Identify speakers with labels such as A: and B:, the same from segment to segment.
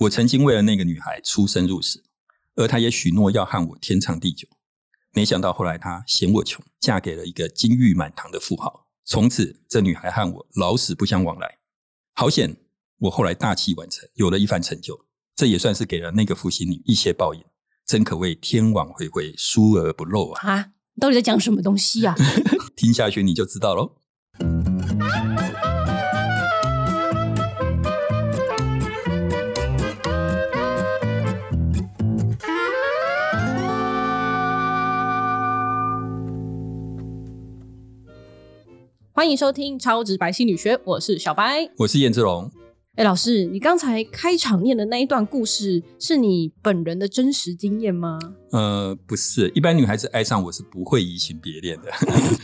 A: 我曾经为了那个女孩出生入死，而她也许诺要和我天长地久。没想到后来她嫌我穷，嫁给了一个金玉满堂的富豪。从此，这女孩和我老死不相往来。好险，我后来大器晚成，有了一番成就。这也算是给了那个负心女一些报应，真可谓天网恢恢，疏而不漏啊！
B: 啊，你到底在讲什么东西呀、
A: 听下去你就知道喽。
B: 欢迎收听《超直白心理学》，我是小白。
A: 我是燕之龙，
B: 哎，老师，你刚才开场念的那一段故事，是你本人的真实经验吗？
A: 呃，不是，一般女孩子爱上我是不会移情别恋的。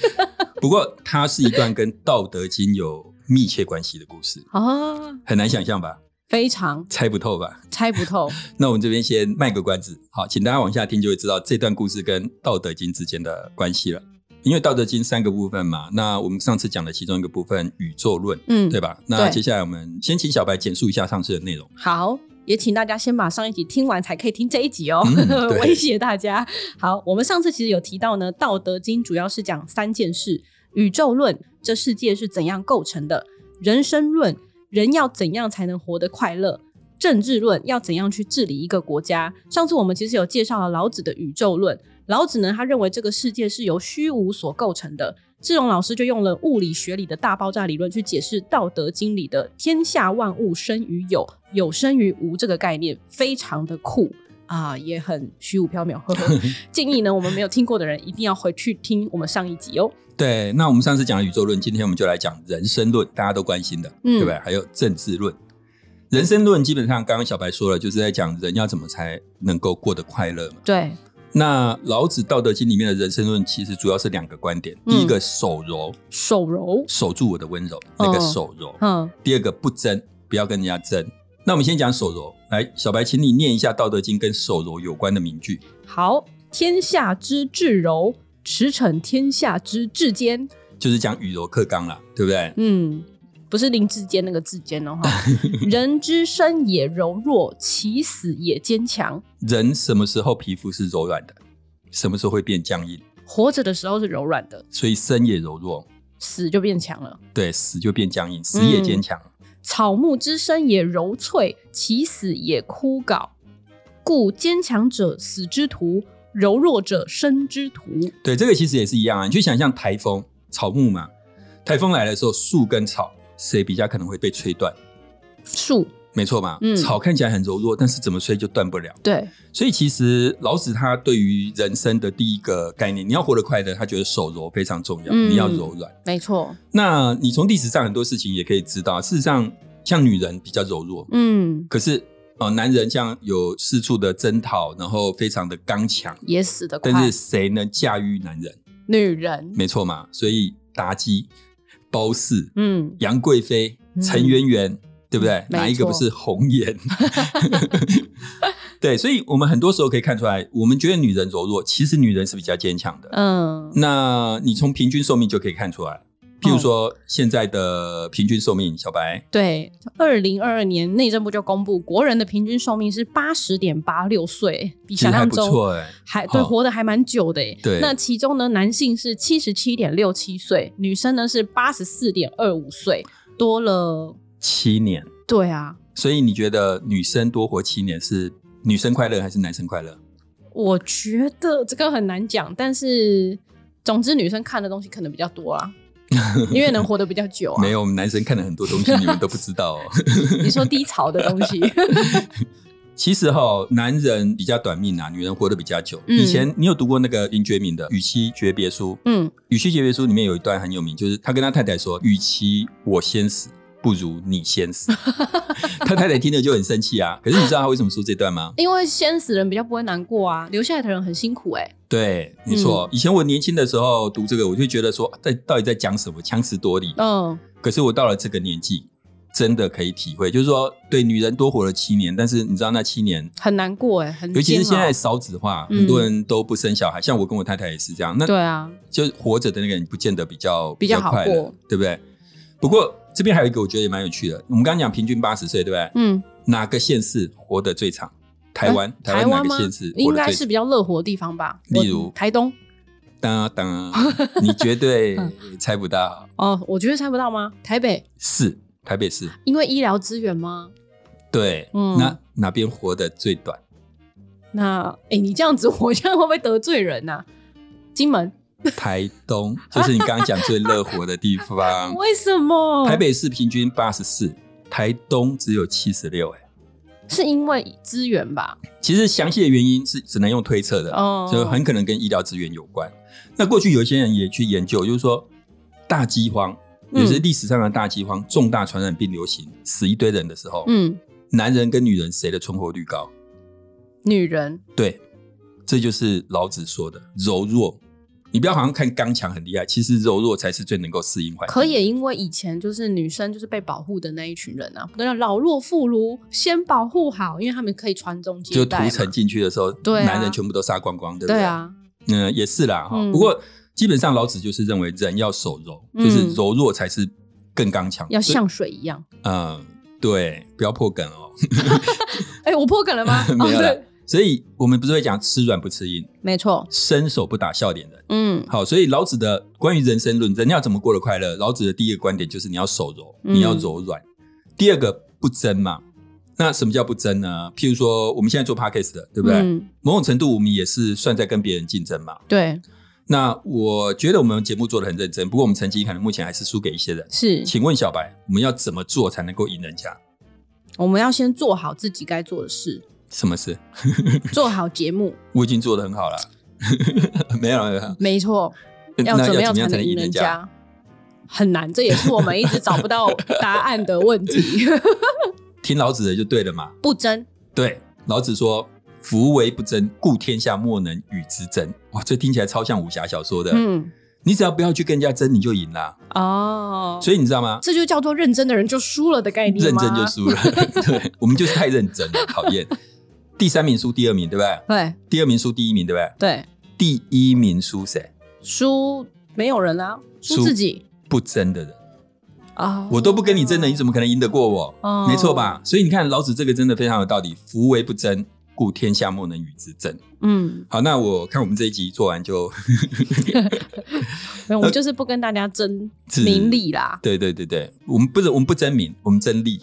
A: 不过，它是一段跟《道德经》有密切关系的故事，
B: 啊，
A: 很难想象吧？
B: 非常
A: 猜不透吧？
B: 猜不透。
A: 那我们这边先卖个关子，好，请大家往下听就会知道这段故事跟《道德经》之间的关系了。因为《道德经》三个部分嘛，那我们上次讲的其中一个部分宇宙论，
B: 嗯，
A: 对吧？那
B: 对
A: 接下来我们先请小白简述一下上次的内容。
B: 好，也请大家先把上一集听完，才可以听这一集哦，
A: 嗯 对
B: 威胁大家。好，我们上次其实有提到呢，《道德经》主要是讲三件事：宇宙论，这世界是怎样构成的；人生论，人要怎样才能活得快乐。政治论要怎样去治理一个国家？上次我们其实有介绍了老子的宇宙论。老子呢，他认为这个世界是由虚无所构成的。志荣老师就用了物理学里的大爆炸理论去解释《道德经》里的“天下万物生于有，有生于无”这个概念，非常的酷啊，也很虚无缥缈。呵 呵建议呢，我们没有听过的人一定要回去听我们上一集哦。
A: 对，那我们上次讲了宇宙论，今天我们就来讲人生论，大家都关心的，
B: 嗯
A: 对不对？还有政治论。人生论基本上，刚刚小白说了，就是在讲人要怎么才能够过得快乐嘛。
B: 对，
A: 那老子《道德经》里面的人生论，其实主要是两个观点：
B: 嗯
A: 第一个手柔，
B: 手揉，
A: 守住我的温柔，那个手柔；
B: 嗯，
A: 第二个不争，不要跟人家争。那我们先讲手柔，来，小白，请你念一下《道德经》跟手柔有关的名句。
B: 好，天下之至柔，驰骋天下之至坚。
A: 就是讲羽柔克刚啦，对不对？
B: 嗯，不是林志坚那个志坚 哦哈。人之生也柔弱，其死也坚强。
A: 人什么时候皮肤是柔软的，什么时候会变僵硬，
B: 活着的时候是柔软的，
A: 所以生也柔弱，
B: 死就变强了。
A: 对，死就变僵硬，死也坚
B: 嗯
A: 强。
B: 草木之生也柔脆，其死也枯槁。故坚强者死之徒，柔弱者生之徒。
A: 对，这个其实也是一样啊。你去想象台风，草木嘛，台风来的时候，树跟草谁比较可能会被吹断？
B: 树
A: 没错嘛，
B: 嗯
A: 草看起来很柔弱，但是怎么吹就断不了。
B: 对，
A: 所以其实老子他对于人生的第一个概念，你要活得快乐，他觉得手柔非常重要，
B: 嗯
A: 你要柔软。
B: 没错。
A: 那你从历史上很多事情也可以知道，啊事实上像女人比较柔弱，
B: 嗯，
A: 可是呃男人像有四处的征讨，然后非常的刚强，
B: 也死得快。
A: 但是谁能驾驭男人？
B: 女人，
A: 没错嘛，所以妲己、褒姒、
B: 嗯，
A: 杨贵妃、
B: 嗯
A: 陈圆圆，对不对？
B: 没错
A: 哪一个不是红 颜？对，所以我们很多时候可以看出来，我们觉得女人柔弱，其实女人是比较坚强的。
B: 嗯，
A: 那你从平均寿命就可以看出来，譬如
B: 哦
A: 说现在的平均寿命，小白
B: 对，二零二二年内政部就公布，国人的平均寿命是八十点八六岁，比
A: 其实
B: 想
A: 还
B: 象
A: 不
B: 中
A: 错哎、
B: 还对
A: 哦
B: 活得还蛮久的诶。
A: 对
B: 那其中呢，男性是七十七点六七岁，女生呢是八十四点二五岁，多了。
A: 七年。
B: 对啊，
A: 所以你觉得女生多活七年是女生快乐还是男生快乐？
B: 我觉得这个很难讲，但是总之女生看的东西可能比较 多啦，因为能活得比较久啊
A: 没。有，我们男生看了很多东西，你们都不知道哦。
B: 你说低潮的东 西，
A: 其实哈、男人比较短命啊，女人活得比较久。
B: 嗯
A: 以前你有读过那个林觉民的《与妻诀别书》？《
B: 嗯，
A: 与妻诀别书》里面有一段很有名，就是他跟他太太说：“与其我先死，不如你先 死。”他太太听了就很生气啊。可是你知道他为什么说这段吗？
B: 因为先死人比较不会难过啊，留下来的人很辛苦哎、
A: 对，没错。以前我年轻的时候读这个，我就觉得说，啊在到底在讲什么，强词夺理。
B: 嗯，
A: 可是我到了这个年纪，真的可以体会，就是说，对女人多活了七年，但是你知道那七年，
B: 很难过哎、很
A: 尤其是
B: 煎
A: 现
B: 熬
A: 在少子化，
B: 嗯
A: 很多人都不生小孩，像我跟我太太也是这样。那
B: 对啊，
A: 就活着的那个人，不见得比较
B: 比较好
A: 快乐
B: 过，
A: 对不对？不过这边还有一个我觉得也蛮有趣的，我们刚刚讲平均八十岁，对不对？
B: 嗯，
A: 哪个县市活得最长？台湾，
B: 呃
A: 台
B: 台
A: 湾哪
B: 湾
A: 个
B: 吗
A: 县市？
B: 应
A: 活得
B: 该
A: 最
B: 是
A: 长？
B: 比较乐活的地方吧，
A: 例如
B: 我台东
A: 当 当，你绝对
B: 嗯
A: 猜不到，
B: 哦，我觉得猜不到吗？台北
A: 是台北市。
B: 因为医疗资源吗？
A: 对，
B: 嗯
A: 那哪边活得最短？
B: 那哎、诶你这样子，我这样会不会得罪人呐、金门
A: 台 东，就是你刚刚讲最热火的地方。
B: 为什么？
A: 嗯台北市平均八十四，台东只有七十六。哎，
B: 是因为资源吧？
A: 其实详细的原因是只能用推测的，
B: 哦
A: 就很可能跟医疗资源有关。那过去有一些人也去研究，就是说大饥荒，
B: 嗯
A: 也是历史上的大饥荒，重大传染病流行死一堆人的时候，
B: 嗯，
A: 男人跟女人谁的存活率高？
B: 女人
A: 对，这就是老子说的柔弱。你不要好像看刚强很厉害，其实柔弱才是最能够适应环境。
B: 可也因为以前就是女生就是被保护的那一群人啊，不能叫老弱妇孺，先保护好，因为他们可以传宗接
A: 就
B: 代嘛。
A: 屠城进去的时候，
B: 对啊
A: 男人全部都杀光光，对不
B: 对，啊，
A: 嗯，也是啦哈。
B: 嗯
A: 不过基本上老子就是认为人要守柔，
B: 嗯
A: 就是柔弱才是更刚强。
B: 要
A: 所以
B: 像水一样。
A: 嗯，对，不要破梗哦，？
B: 哎、我破梗了吗
A: 没有啦
B: 哦对，
A: 所以我们不是会讲吃软不吃硬，
B: 没错。
A: 伸手不打笑脸人。
B: 嗯
A: 好，所以老子的关于人生论，人要怎么过得快乐？老子的第一个观点就是你要手柔，
B: 嗯
A: 你要柔软。第二个不争嘛。那什么叫不争呢？譬如说，我们现在做 podcast 的，对不对？
B: 嗯，
A: 某种程度，我们也是算在跟别人竞争嘛。
B: 对，
A: 那我觉得我们节目做的很认真，不过我们成绩可能目前还是输给一些人。
B: 是
A: 请问小白，我们要怎么做才能够赢人家？
B: 我们要先做好自己该做 的事，
A: 什么事？
B: 做好节目，
A: 我已经做的很好了， 没有没有。
B: 没错。要
A: 那
B: 怎么
A: 要
B: 样
A: 怎么样才能
B: 能
A: 赢
B: 赢
A: 人
B: 人
A: 家？
B: 家？很难，这也是我们一直找不到答案的问题。
A: 听老子的就对了嘛。
B: 不争，
A: 对，老子说：“夫唯不争，故天下莫能与之争。”哇，这听起来超像武侠小说的。
B: 嗯，
A: 你只要不要去跟人家争，你就赢啦。
B: 哦，
A: 所以你知道吗？
B: 这就叫做认真的人就输了的概念
A: 认
B: 吗
A: 真就输了。 对，我们就是太认真了，讨厌。第三名输第二名，对不对？
B: 对
A: 第二名输第一名，对不对？
B: 对，
A: 第一名输谁？
B: 输没有人啦、
A: 输
B: 输自己
A: 不争的人。
B: 啊、
A: 我都不跟你争了，你怎
B: 么？
A: 么可能赢得过我？
B: 哦
A: 没错吧？所以你看，老子这个真的非常有道理。夫唯不争，故天下莫能与之争。
B: 嗯，
A: 好，那我看我们这一集做完就
B: 没有，我们就是不跟大家争
A: 呃是
B: 名利啦。
A: 对对对对，我们不是我们不争名，我们争利。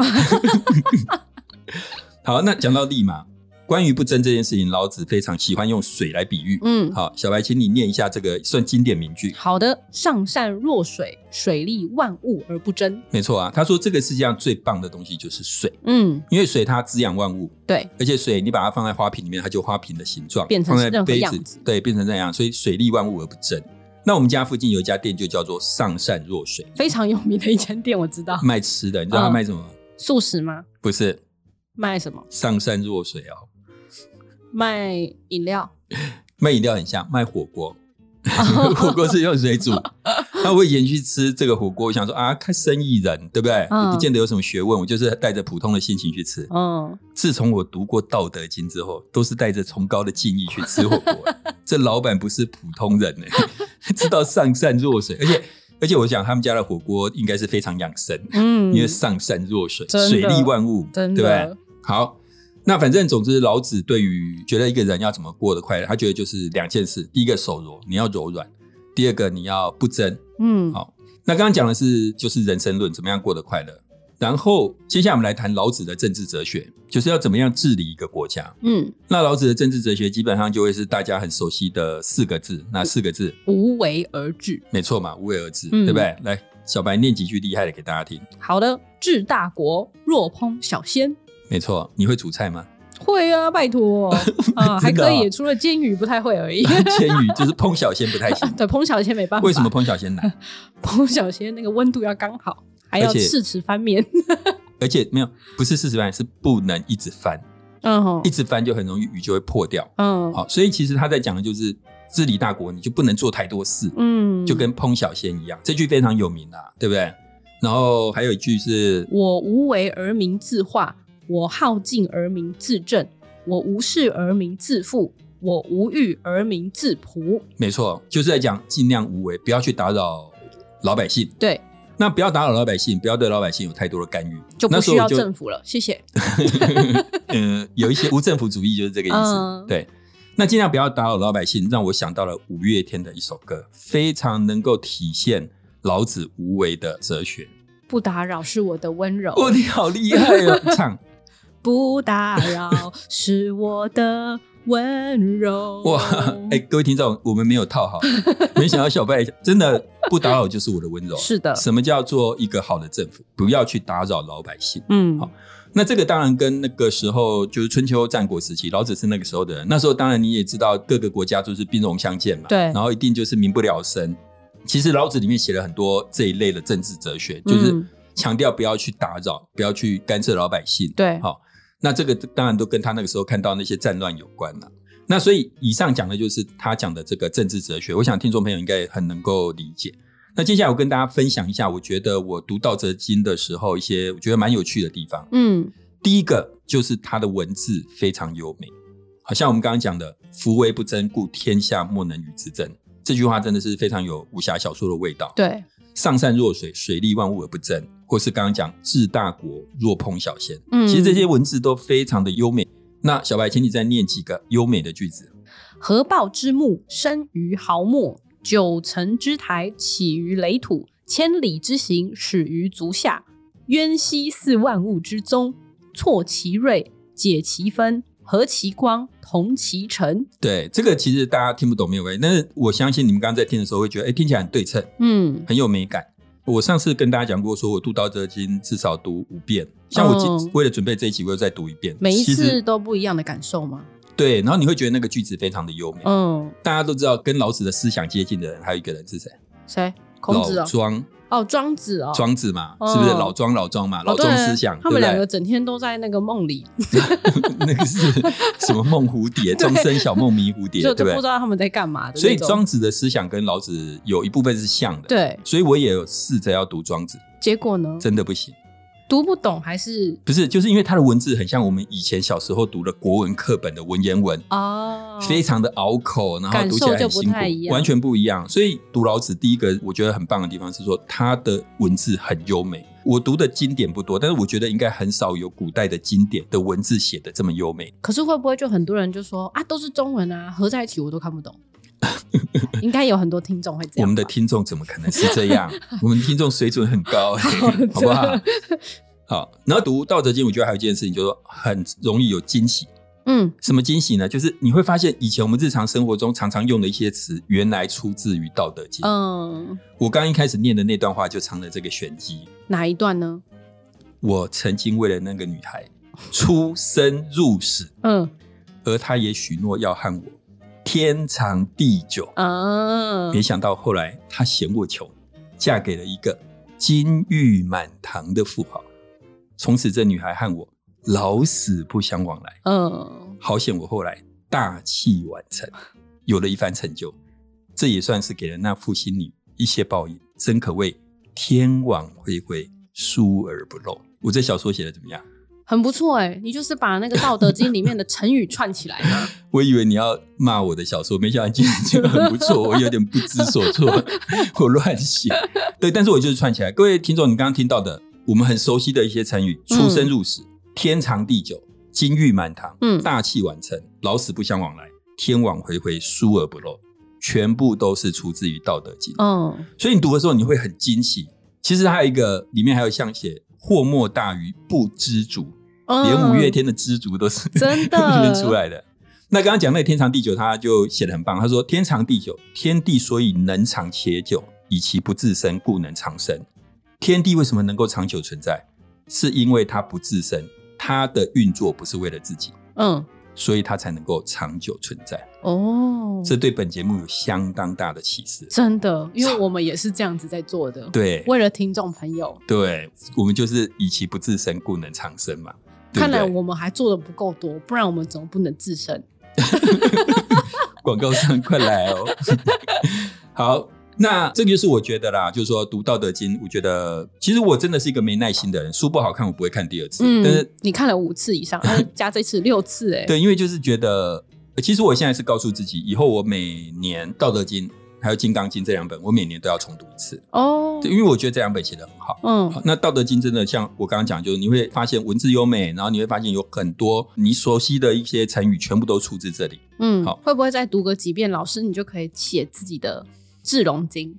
A: 好，那讲到利嘛，关于不争这件事情，老子非常喜欢用水来比喻。
B: 嗯，
A: 好，小白，请你念一下这个算经典名句。
B: 好的，上善若水，水利万物而不争。
A: 没错啊，他说这个世界上最棒的东西就是水，
B: 嗯，
A: 因为水它滋养万物，
B: 对，
A: 而且水你把它放在花瓶里面，它就花瓶的形状，
B: 变成
A: 放在
B: 任何
A: 杯
B: 样子
A: 对，变成那样，所以水利万物而不争。那我们家附近有一家店就叫做上善若水，
B: 非常有名的一间店，我知道。
A: 卖吃的，你知道他
B: 嗯
A: 卖什么吗？
B: 素食吗？
A: 不是
B: 卖什么？
A: 上善若水哦，
B: 卖饮料。
A: 卖饮料很像卖火 锅，火锅是用水煮。那我以前去吃这个火锅，我想说啊，看生意人对不对？
B: 嗯
A: 也不见得有什么学问，我就是带着普通的心情去吃。
B: 嗯，
A: 自从我读过《道德经》之后，都是带着崇高的敬意去吃火 锅。这老板不是普通人呢、 知道上善若水，而且而且我想他们家的火锅应该是非常养生，
B: 嗯
A: 因为上善若水，
B: 真的
A: 水利万物，对
B: 真
A: 不对？
B: 的，
A: 好，那反正总之，老子对于觉得一个人要怎么过得快乐，他觉得就是两件事：第一个手柔，你要柔软；第二个你要不争。
B: 嗯
A: 好，那刚刚讲的是就是人生论，怎么样过得快乐。然后接下来我们来谈老子的政治哲学，就是要怎么样治理一个国家。
B: 嗯，
A: 那老子的政治哲学基本上就会是大家很熟悉的四个字，那四个字
B: 无为而治。
A: 没错嘛，无为而治，
B: 嗯
A: 对不对？来，小白念几句厉害的给大家听。
B: 好的，治大国，若烹小鲜。
A: 没错，你会煮菜吗？
B: 会啊，拜托啊，还
A: 真的
B: 可
A: 啊
B: 以，除了煎鱼不太会而已。
A: 千语就是烹小鲜不太行，
B: 对，烹小鲜没办法。
A: 为什么烹小鲜难？
B: 烹小鲜那个温度要刚好，还要
A: 而且
B: 适时翻面？
A: 而且没有，不是四十翻，是不能一直翻，
B: 嗯
A: 一直翻就很容易鱼就会破掉。
B: 嗯
A: 好，所以其实他在讲的就是治理大国，你就不能做太多事，
B: 嗯，
A: 就跟烹小鲜一样，这句非常有名啊，对不对？然后还有一句是，
B: 我无为而民自化，我好静而民自正，我无事而民自富，我无欲而民自朴。
A: 没错，就是在讲尽量无为，不要去打扰老百姓。
B: 对，
A: 那不要打扰老百姓，不要对老百姓有太多的干预，
B: 就不
A: 那时
B: 需
A: 候
B: 要
A: 我就
B: 政府了。谢谢。
A: 呃，有一些无政府主义就是这个意思。
B: 嗯
A: 对，那尽量不要打扰老百姓，让我想到了五月天的一首歌，非常能够体现老子无为的哲学。
B: 不打扰是我的温柔，
A: 哦，你好厉害哦！唱
B: 不打扰是我的温柔。
A: 哇，哎、各位听众，我们没有套 好，没想到小白真的不打扰就是我的温柔。
B: 是的
A: 什么叫做一个好的政府？不要去打扰老百姓。
B: 嗯
A: 好那这个当然跟那个时候就是春秋战国时期，老子是那个时候的人。那时候当然你也知道，各个国家就是兵戎相见嘛，
B: 对
A: 然后一定就是民不聊生。其实老子里面写了很多这一类的政治哲学，
B: 嗯
A: 就是强调不要去打扰，不要去干涉老百姓。
B: 对
A: 好、那这个当然都跟他那个时候看到那些战乱有关了。那所以以上讲的就是他讲的这个政治哲学，我想听众朋友应该也很能够理解。那接下来我跟大家分享一下，我觉得我读《道德经》的时候，一些我觉得蛮有趣的地方。
B: 嗯，
A: 第一个就是它的文字非常优美，好像我们刚刚讲的“夫为不争，故天下莫能与之争”这句话真的是非常有武侠小说的味道。
B: 对，
A: 上善若水，水利万物而不争，或是刚刚讲“治大国若烹小鲜”，
B: 嗯
A: 其实这些文字都非常的优美。那小白，请你再念几个优美的句子。
B: 合抱之木，生于毫末；九层之台，起于垒土；千里之行，始于足下。渊兮似万物之宗，错其锐，解其分，和其光，同其尘。
A: 对，这个其实大家听不懂没有关系，但是我相信你们刚刚在听的时候会觉得，哎，听起来很对称，
B: 嗯，
A: 很有美感。我上次跟大家讲过，说我读《道德经》至少读五遍，像我今、
B: 嗯
A: 为了准备这一集，我又再读一遍。
B: 每一
A: 其
B: 次
A: 实嗯
B: 都不一样的感受吗？
A: 对，然后你会觉得那个句子非常的优美。
B: 嗯，
A: 大家都知道，跟老子的思想接近的人，还有一个人是谁？
B: 谁？孔子
A: 老
B: 哦，
A: 庄，
B: 哦，庄子哦，
A: 庄子嘛，
B: 哦
A: 是不是老庄老庄嘛？老
B: 哦对
A: 庄思想，对
B: 他
A: 不
B: 们两个
A: 对？
B: 整天都在那个梦里，
A: 那个是什么梦蝴蝶，
B: 对
A: 众生小梦迷蝴蝶，
B: 就
A: 对
B: 就不
A: 不对？
B: 知道他们在干嘛的那种。
A: 所以庄子的思想跟老子有一部分是像的，
B: 对，
A: 所以我也有试着要读庄子，
B: 结果呢？
A: 真的不行。
B: 读不懂还是
A: 不是，就是因为它的文字很像我们以前小时候读的国文课本的文言文，
B: 哦，
A: 非常的拗口，然后
B: 感
A: 读起
B: 受
A: 来
B: 就
A: 很
B: 不
A: 辛苦
B: 太一，样
A: 完全不一样。所以读老子第一个我觉得很棒的地方是说，他的文字很优美。我读的经典不多，但是我觉得应该很少有古代的经典的文字写的这么优美。
B: 可是会不会就很多人就说啊，都是中文啊，合在一起我都看不懂？ 应该有很多听众会这样吧。
A: 我们的听众怎么可能是这 样？我们听众水准很高、好不好？好，然后读《道德经》，我觉得还有一件事情，就是说很容易有惊喜。
B: 嗯，
A: 什么惊喜呢？就是你会发现，以前我们日常生活中常常用的一些词，原来出自于《道德经》
B: 嗯，
A: 我刚一开始念的那段话就藏了这个玄机。
B: 哪一段呢？
A: 我曾经为了那个女孩出生入死，
B: 嗯
A: 而她也许诺要和我天长地久。
B: 啊
A: 没，想到后来她嫌我穷，嫁给了一个金玉满堂的富豪。从此这女孩和我老死不相往来。
B: 嗯，
A: 好险我后来大器晚成，有了一番成就，这也算是给了那负心女一些报应，真可谓天网恢恢，疏而不漏。我这小说写的怎么样？
B: 很不错哎，你就是把那个《道德经》里面的成语串起来 了。
A: 我以为你要骂我的小说，没想到今天觉得很不错，我有点不知所措， 我乱写。对，但是我就是串起来。各位听众，你刚刚听到的，我们很熟悉的一些成语：出生入死、天长地久、金玉满堂、
B: 嗯
A: 大器晚成、老死不相往来、天网恢恢、疏而不漏，全部都是出自于《道德经》
B: 嗯，
A: 所以你读的时候，你会很惊喜。其实还有一个，里面还有像写“祸莫大于不知足”，
B: 嗯
A: 连五月天的知足 都是
B: 真的
A: 里面出来的。那刚刚讲那个天长地久，他就写的很棒。他说：“天长地久，天地所以能长且久，以其不自生，故能长生。天地为什么能够长久存在？是因为它不自生，它的运作不是为了自己，
B: 嗯
A: 所以它才能够长久存在。
B: 哦，
A: 这对本节目有相当大的启示。
B: 真的，因为我们也是这样子在做的，
A: 对，
B: 为了听众朋友。
A: 对，我们就是以其不自生，故能长生嘛。对
B: 看
A: 不
B: 来
A: 对？
B: 我们还做的不够多，不然我们怎么不能自身？
A: 广告商快来哦！ 好，那这个就是我觉得啦，就是说读《道德经》，我觉得其实我真的是一个没耐心的人，书不好看我不会看第二次，但是
B: 嗯，你看了五次以 上，但是加这次六次哎、
A: 对，因为就是觉得，呃其实我现在是告诉自己，以后我每年《道德经》还有《金刚经》这两本，我每年都要重读一次，
B: 哦
A: 对，因为我觉得这两本写的很好。
B: 嗯
A: 好那《道德经》真的像我刚刚讲，就是你会发现文字优美，然后你会发现有很多你熟悉的一些成语，全部都出自这里。
B: 嗯，
A: 好
B: 会不会再读个几遍，老师你就可以写自己的智龙经、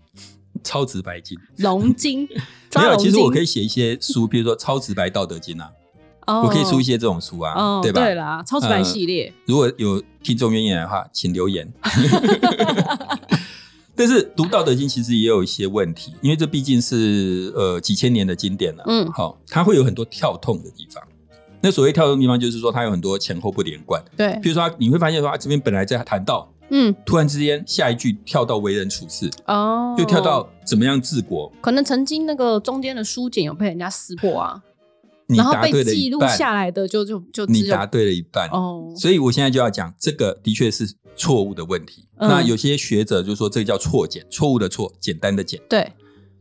A: 超直白经？
B: 龙经
A: 没
B: 抓
A: 有，
B: 龙
A: 其实
B: 经
A: 我可以写一些书，比如说《超直白道德经》啊，
B: 哦
A: 我可以出一些这种书啊，
B: 哦，
A: 对吧？嗯
B: 啦，超直白系列，
A: 如果有听众愿意来的话，请留言。 但是读《道德经》其实也有一些问题，因为这毕竟是呃几千年的经典了。
B: 嗯
A: 好、它会有很多跳痛的地方。那所谓跳痛的地方，就是说它有很多前后不连贯。
B: 对
A: 比，如说它，你会发现说，啊这边本来在谈道，
B: 嗯，
A: 突然之间下一句跳到为人处事，
B: 哦，
A: 又跳到怎么样治国。
B: 可能曾经那个中间的书简有被人家撕破啊，
A: 你
B: 然后
A: 答
B: 被
A: 对了
B: 记
A: 一
B: 录
A: 半，
B: 下来的就就就
A: 你
B: 只有
A: 答对了一半。
B: 哦，
A: 所以我现在就要讲，这个的确是错误的问题。
B: 嗯
A: 那有些学者就说这个叫错简，错误的错，简单的简。
B: 对，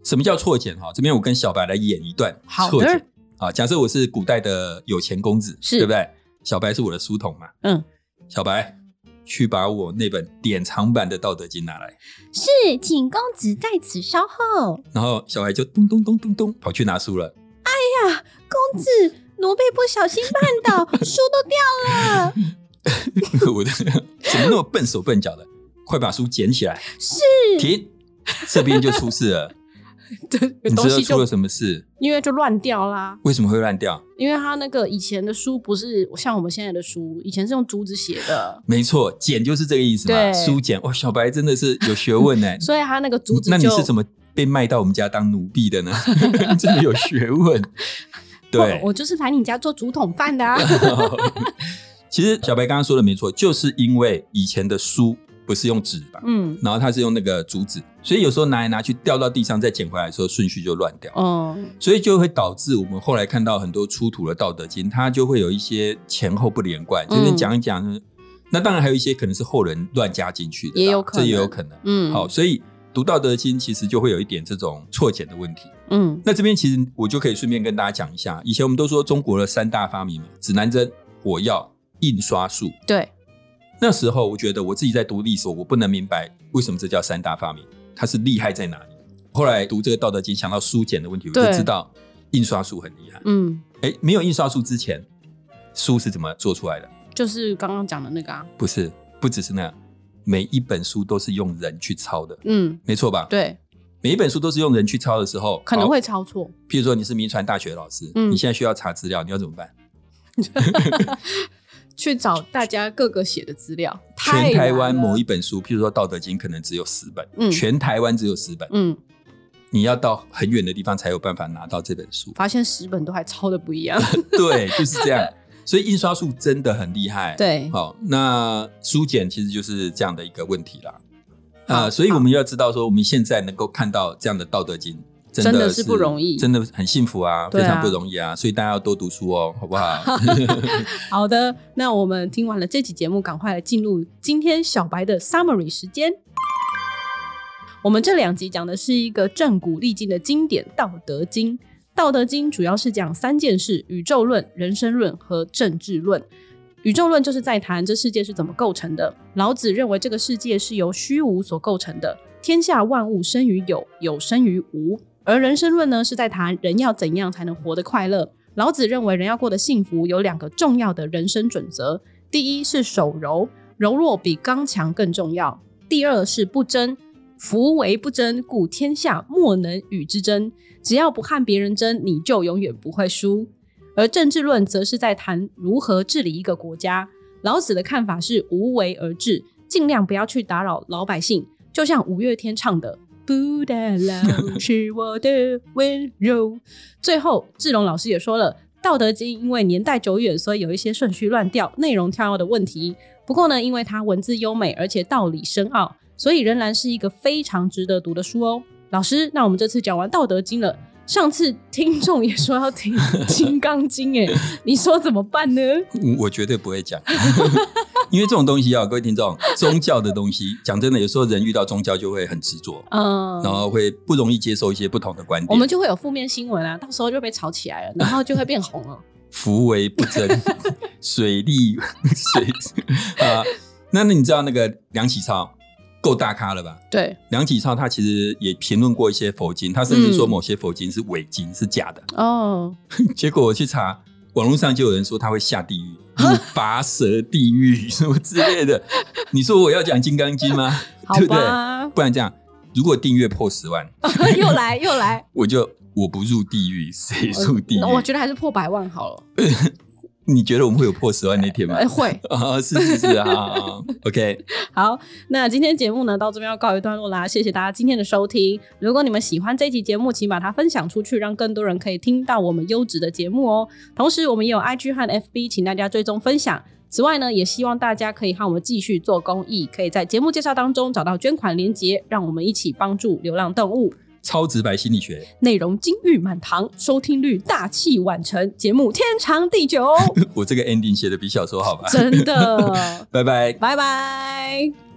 A: 什么叫错简？哈，这边我跟小白来演一段
B: 好
A: 错
B: 的
A: 简，啊。假设我是古代的有钱公子，
B: 是
A: 对不对？小白是我的书童嘛，
B: 嗯，
A: 小白去把我那本典藏版的《道德经》拿来，
B: 是，请公子在此稍后。
A: 然后小白就咚咚咚咚咚跑去拿书了。
B: 公子，奴婢不小心绊 倒，书都掉了。
A: 我的怎么那么笨手笨脚的？快把书捡起来！
B: 是，
A: 停，这边就出事 了。
B: 对，
A: 你
B: 东
A: 知道
B: 西
A: 出
B: 就
A: 了什么事？
B: 因为就乱掉啦。
A: 为什么会乱掉？
B: 因为他那个以前的书不是像我们现在的书，以前是用竹子写的，
A: 没错，简就是这个意思嘛。
B: 对
A: 书简，哇，小白真的是有学问呢、
B: 所以他那个竹子
A: 那你
B: 就是
A: 怎么被卖到我们家当奴婢的呢？ 真的有学 问。对
B: 哦，我就是来你家做竹筒饭的 啊。
A: 其实小白刚刚说的没错，就是因为以前的书不是用纸吧，
B: 嗯
A: 然后它是用那个竹子，所以有时候拿来拿去掉到地上再捡回来的时候，顺序就乱掉。
B: 嗯，
A: 所以就会导致我们后来看到很多出土的《道德经》，它就会有一些前后不连贯，
B: 嗯
A: 这边讲一讲。那当然还有一些可能是后人乱加进去的啦，
B: 也有可能
A: 这也有可能。
B: 嗯
A: 好，，所以读《道德经》其实就会有一点这种错简的问题。
B: 嗯
A: 那这边其实我就可以顺便跟大家讲一下，以前我们都说中国的三大发明嘛，指南针、火药、印刷术。
B: 对，
A: 那时候我觉得我自己在读历史，我不能明白为什么这叫三大发明，它是厉害在哪里。后来读这个《道德经》，想到书简的问题，我就
B: 对
A: 知道印刷术很 厉害。
B: 嗯，
A: 哎，没有印刷术之前，书是怎么做出来的？
B: 就是刚刚讲的那个啊，
A: 不是，不只是那样，每一本书都是用人去抄的，
B: 嗯，
A: 没错吧？，
B: 对，
A: 每一本书都是用人去抄的时候，
B: 可能
A: 好
B: 会抄错，
A: 譬如说你是民传大学老师，
B: 嗯
A: 你现在需要查资料，你要怎么办？
B: 去找大家各个写的资料，太
A: 全台湾
B: 难了
A: 某一本书，譬如说《道德经》，可能只有十本，
B: 嗯
A: 全台湾只有十本，
B: 嗯，。
A: 你要到很远的地方才有办法拿到这本书
B: 发现十本都还抄的不一样，
A: 对，就是这样。所以印刷术真的很厉害。，
B: 对，
A: 好，那书简其实就是这样的一个问题啦。
B: 好
A: 呃，所以
B: 好
A: 我们要知道说，我们现在能够看到这样的《道德经》。真
B: 真的
A: 的
B: 是不容易
A: 真的很幸福啊，非
B: 对啊
A: 常不容易啊，所以大家要多读书哦，好不好？
B: 好的，那我们听完了这期节目，赶快来进入今天小白的 summary 时间。我们这两集讲的是一个正古历经的经典《道德经》。《道德经》主要是讲三件事：宇宙论、人生论和政治论。宇宙论就是在谈这世界是怎么构成的。老子认为这个世界是由虚无所构成的，天下万物生于有，有生于无。而人生论呢，是在谈人要怎样才能活得快乐。老子认为人要过得幸福，有两个重要的人生准则：第一是守柔，柔弱比刚强更重要；第二是不争，夫为不争，故天下莫能与之争。只要不和别人争，你就永远不会输。而政治论则是在谈如何治理一个国家。老子的看法是无为而治，尽量不要去打扰老百姓。就像五月天唱的“不打扰是我的温柔”。最后，志龙老师也说了，《道德经》因为年代久远，所以有一些顺序乱掉、内容跳跃的问题。不过呢，因为它文字优美，而且道理深奥，所以仍然是一个非常值得读的书哦。老师，那我们这次讲完《道德经》了。上次听众也说要听《金刚经》，哎， 你说怎么办呢？
A: 我我绝对不会讲， 因为这种东西啊，各位听众，宗教的东西，讲真的，有时候人遇到宗教就会很执着，
B: 嗯，
A: 然后会不容易接受一些不同的观
B: 我们
A: 点。
B: 就会有负面新闻啊，到时候就被炒起来 了，然后就会变红了。
A: 福为不争， 水利水啊。那那你知道那个梁启超？够大咖了吧？
B: 对，
A: 梁启超他其实也评论过一些佛经，他甚至说
B: 嗯
A: 某些佛经是伪经，是假的。
B: 哦，
A: 结果我去查，网络上就有人说他会下地狱，入拔舌地狱什么之类的。你说我要讲《金刚经》吗？
B: 好
A: 对不对？
B: 吧，
A: 不然这样，如果订阅破十万，
B: 又来 又来，
A: 我就我不入地狱，谁入地狱？
B: 那我觉得还是破百万好了。
A: 你觉得我们会有破十万那天吗
B: 哎、？会
A: 啊，是是是啊啊啊，OK，
B: 好，那今天节目呢到这边要告一段落啦，谢谢大家今天的收听。如果你们喜欢这期节目，请把它分享出去，让更多人可以听到我们优质的节目哦。同时，我们也有 IG 和 FB，请大家追踪分享。此外呢，也希望大家可以和我们继续做公益，可以在节目介绍当中找到捐款链接，让我们一起帮助流浪动物。
A: 超直白心理学，
B: 内容金玉满堂，收听率大器晚成，节目天长地久，
A: 我这个 ending 写的比小说好吧？
B: 真的。
A: 拜拜。
B: 拜拜。